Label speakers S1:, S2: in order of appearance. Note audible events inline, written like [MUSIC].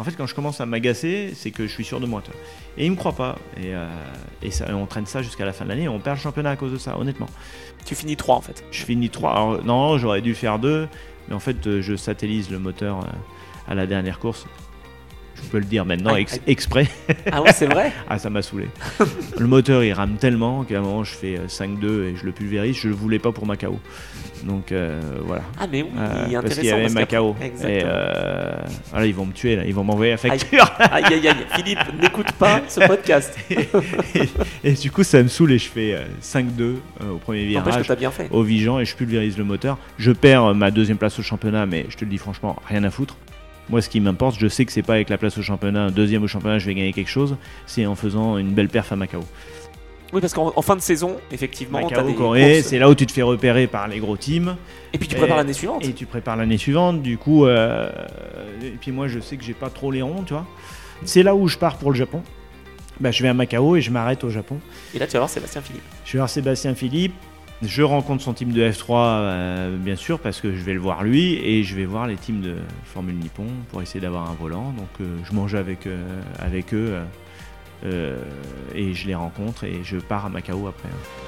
S1: en fait, quand je commence à m'agacer, c'est que je suis sûr de moi. tu vois. Et il me croit pas. Et, euh, et ça, on traîne ça jusqu'à la fin de l'année. et On perd le championnat à cause de ça, honnêtement.
S2: Tu finis 3 en fait.
S1: Je finis 3. Alors, non, j'aurais dû faire 2. Mais en fait, euh, je satellise le moteur euh, à la dernière course. Je peux le dire maintenant
S2: Aïe,
S1: ex-
S2: aïe.
S1: exprès.
S2: Ah ouais, c'est vrai
S1: Ah, ça m'a saoulé. le moteur, il rame tellement qu'à un moment, je fais euh, 5-2 et je le pulvérise. Je le voulais pas pour Macao. Donc euh, voilà.
S2: [LAUGHS] Ah mais oui,
S1: Euh,
S2: intéressant.
S1: parce qu'il y avait
S2: qu'après-
S1: Macao. Et
S2: Exactement.
S1: euh, ah là, ils vont me tuer, là. ils vont m'envoyer la facture.
S2: [LAUGHS] Aïe aïe aïe, Philippe, n'écoute pas ce
S1: [LAUGHS]
S2: podcast.
S1: et du coup, ça me saoule et je fais euh, 5-2 euh, au premier
S2: N'empêche que
S1: virage
S2: t'as bien fait.
S1: au Vigan et je pulvérise le moteur. Je perds euh, ma deuxième place au championnat, mais je te le dis franchement, rien à foutre. Moi, ce qui m'importe, je sais que c'est pas avec la place au championnat, deuxième au championnat, je vais gagner quelque chose. C'est en faisant une belle perf à Macao.
S2: Oui, parce qu'en en fin de saison, effectivement, t'as
S1: Macao,
S2: des
S1: Corée,
S2: courses. Oh,
S1: c'est là où tu te fais repérer par les gros teams.
S2: Et puis tu prépares
S1: Et-
S2: l'année suivante.
S1: Et tu prépares l'année suivante, du coup. euh, et puis moi, je sais que j'ai pas trop les ronds, tu vois. C'est là où je pars pour le Japon. Bah, je vais à Macao et je m'arrête au Japon.
S2: Et là, tu vas voir Sébastien Philippe.
S1: Je vais voir Sébastien Philippe. Je rencontre son team de F3, euh, bien sûr, parce que je vais le voir lui et je vais voir les teams de Formule Nippon pour essayer d'avoir un volant. Donc, euh, je mange avec, euh, avec eux euh, euh, et je les rencontre et je pars à Macao après. hein.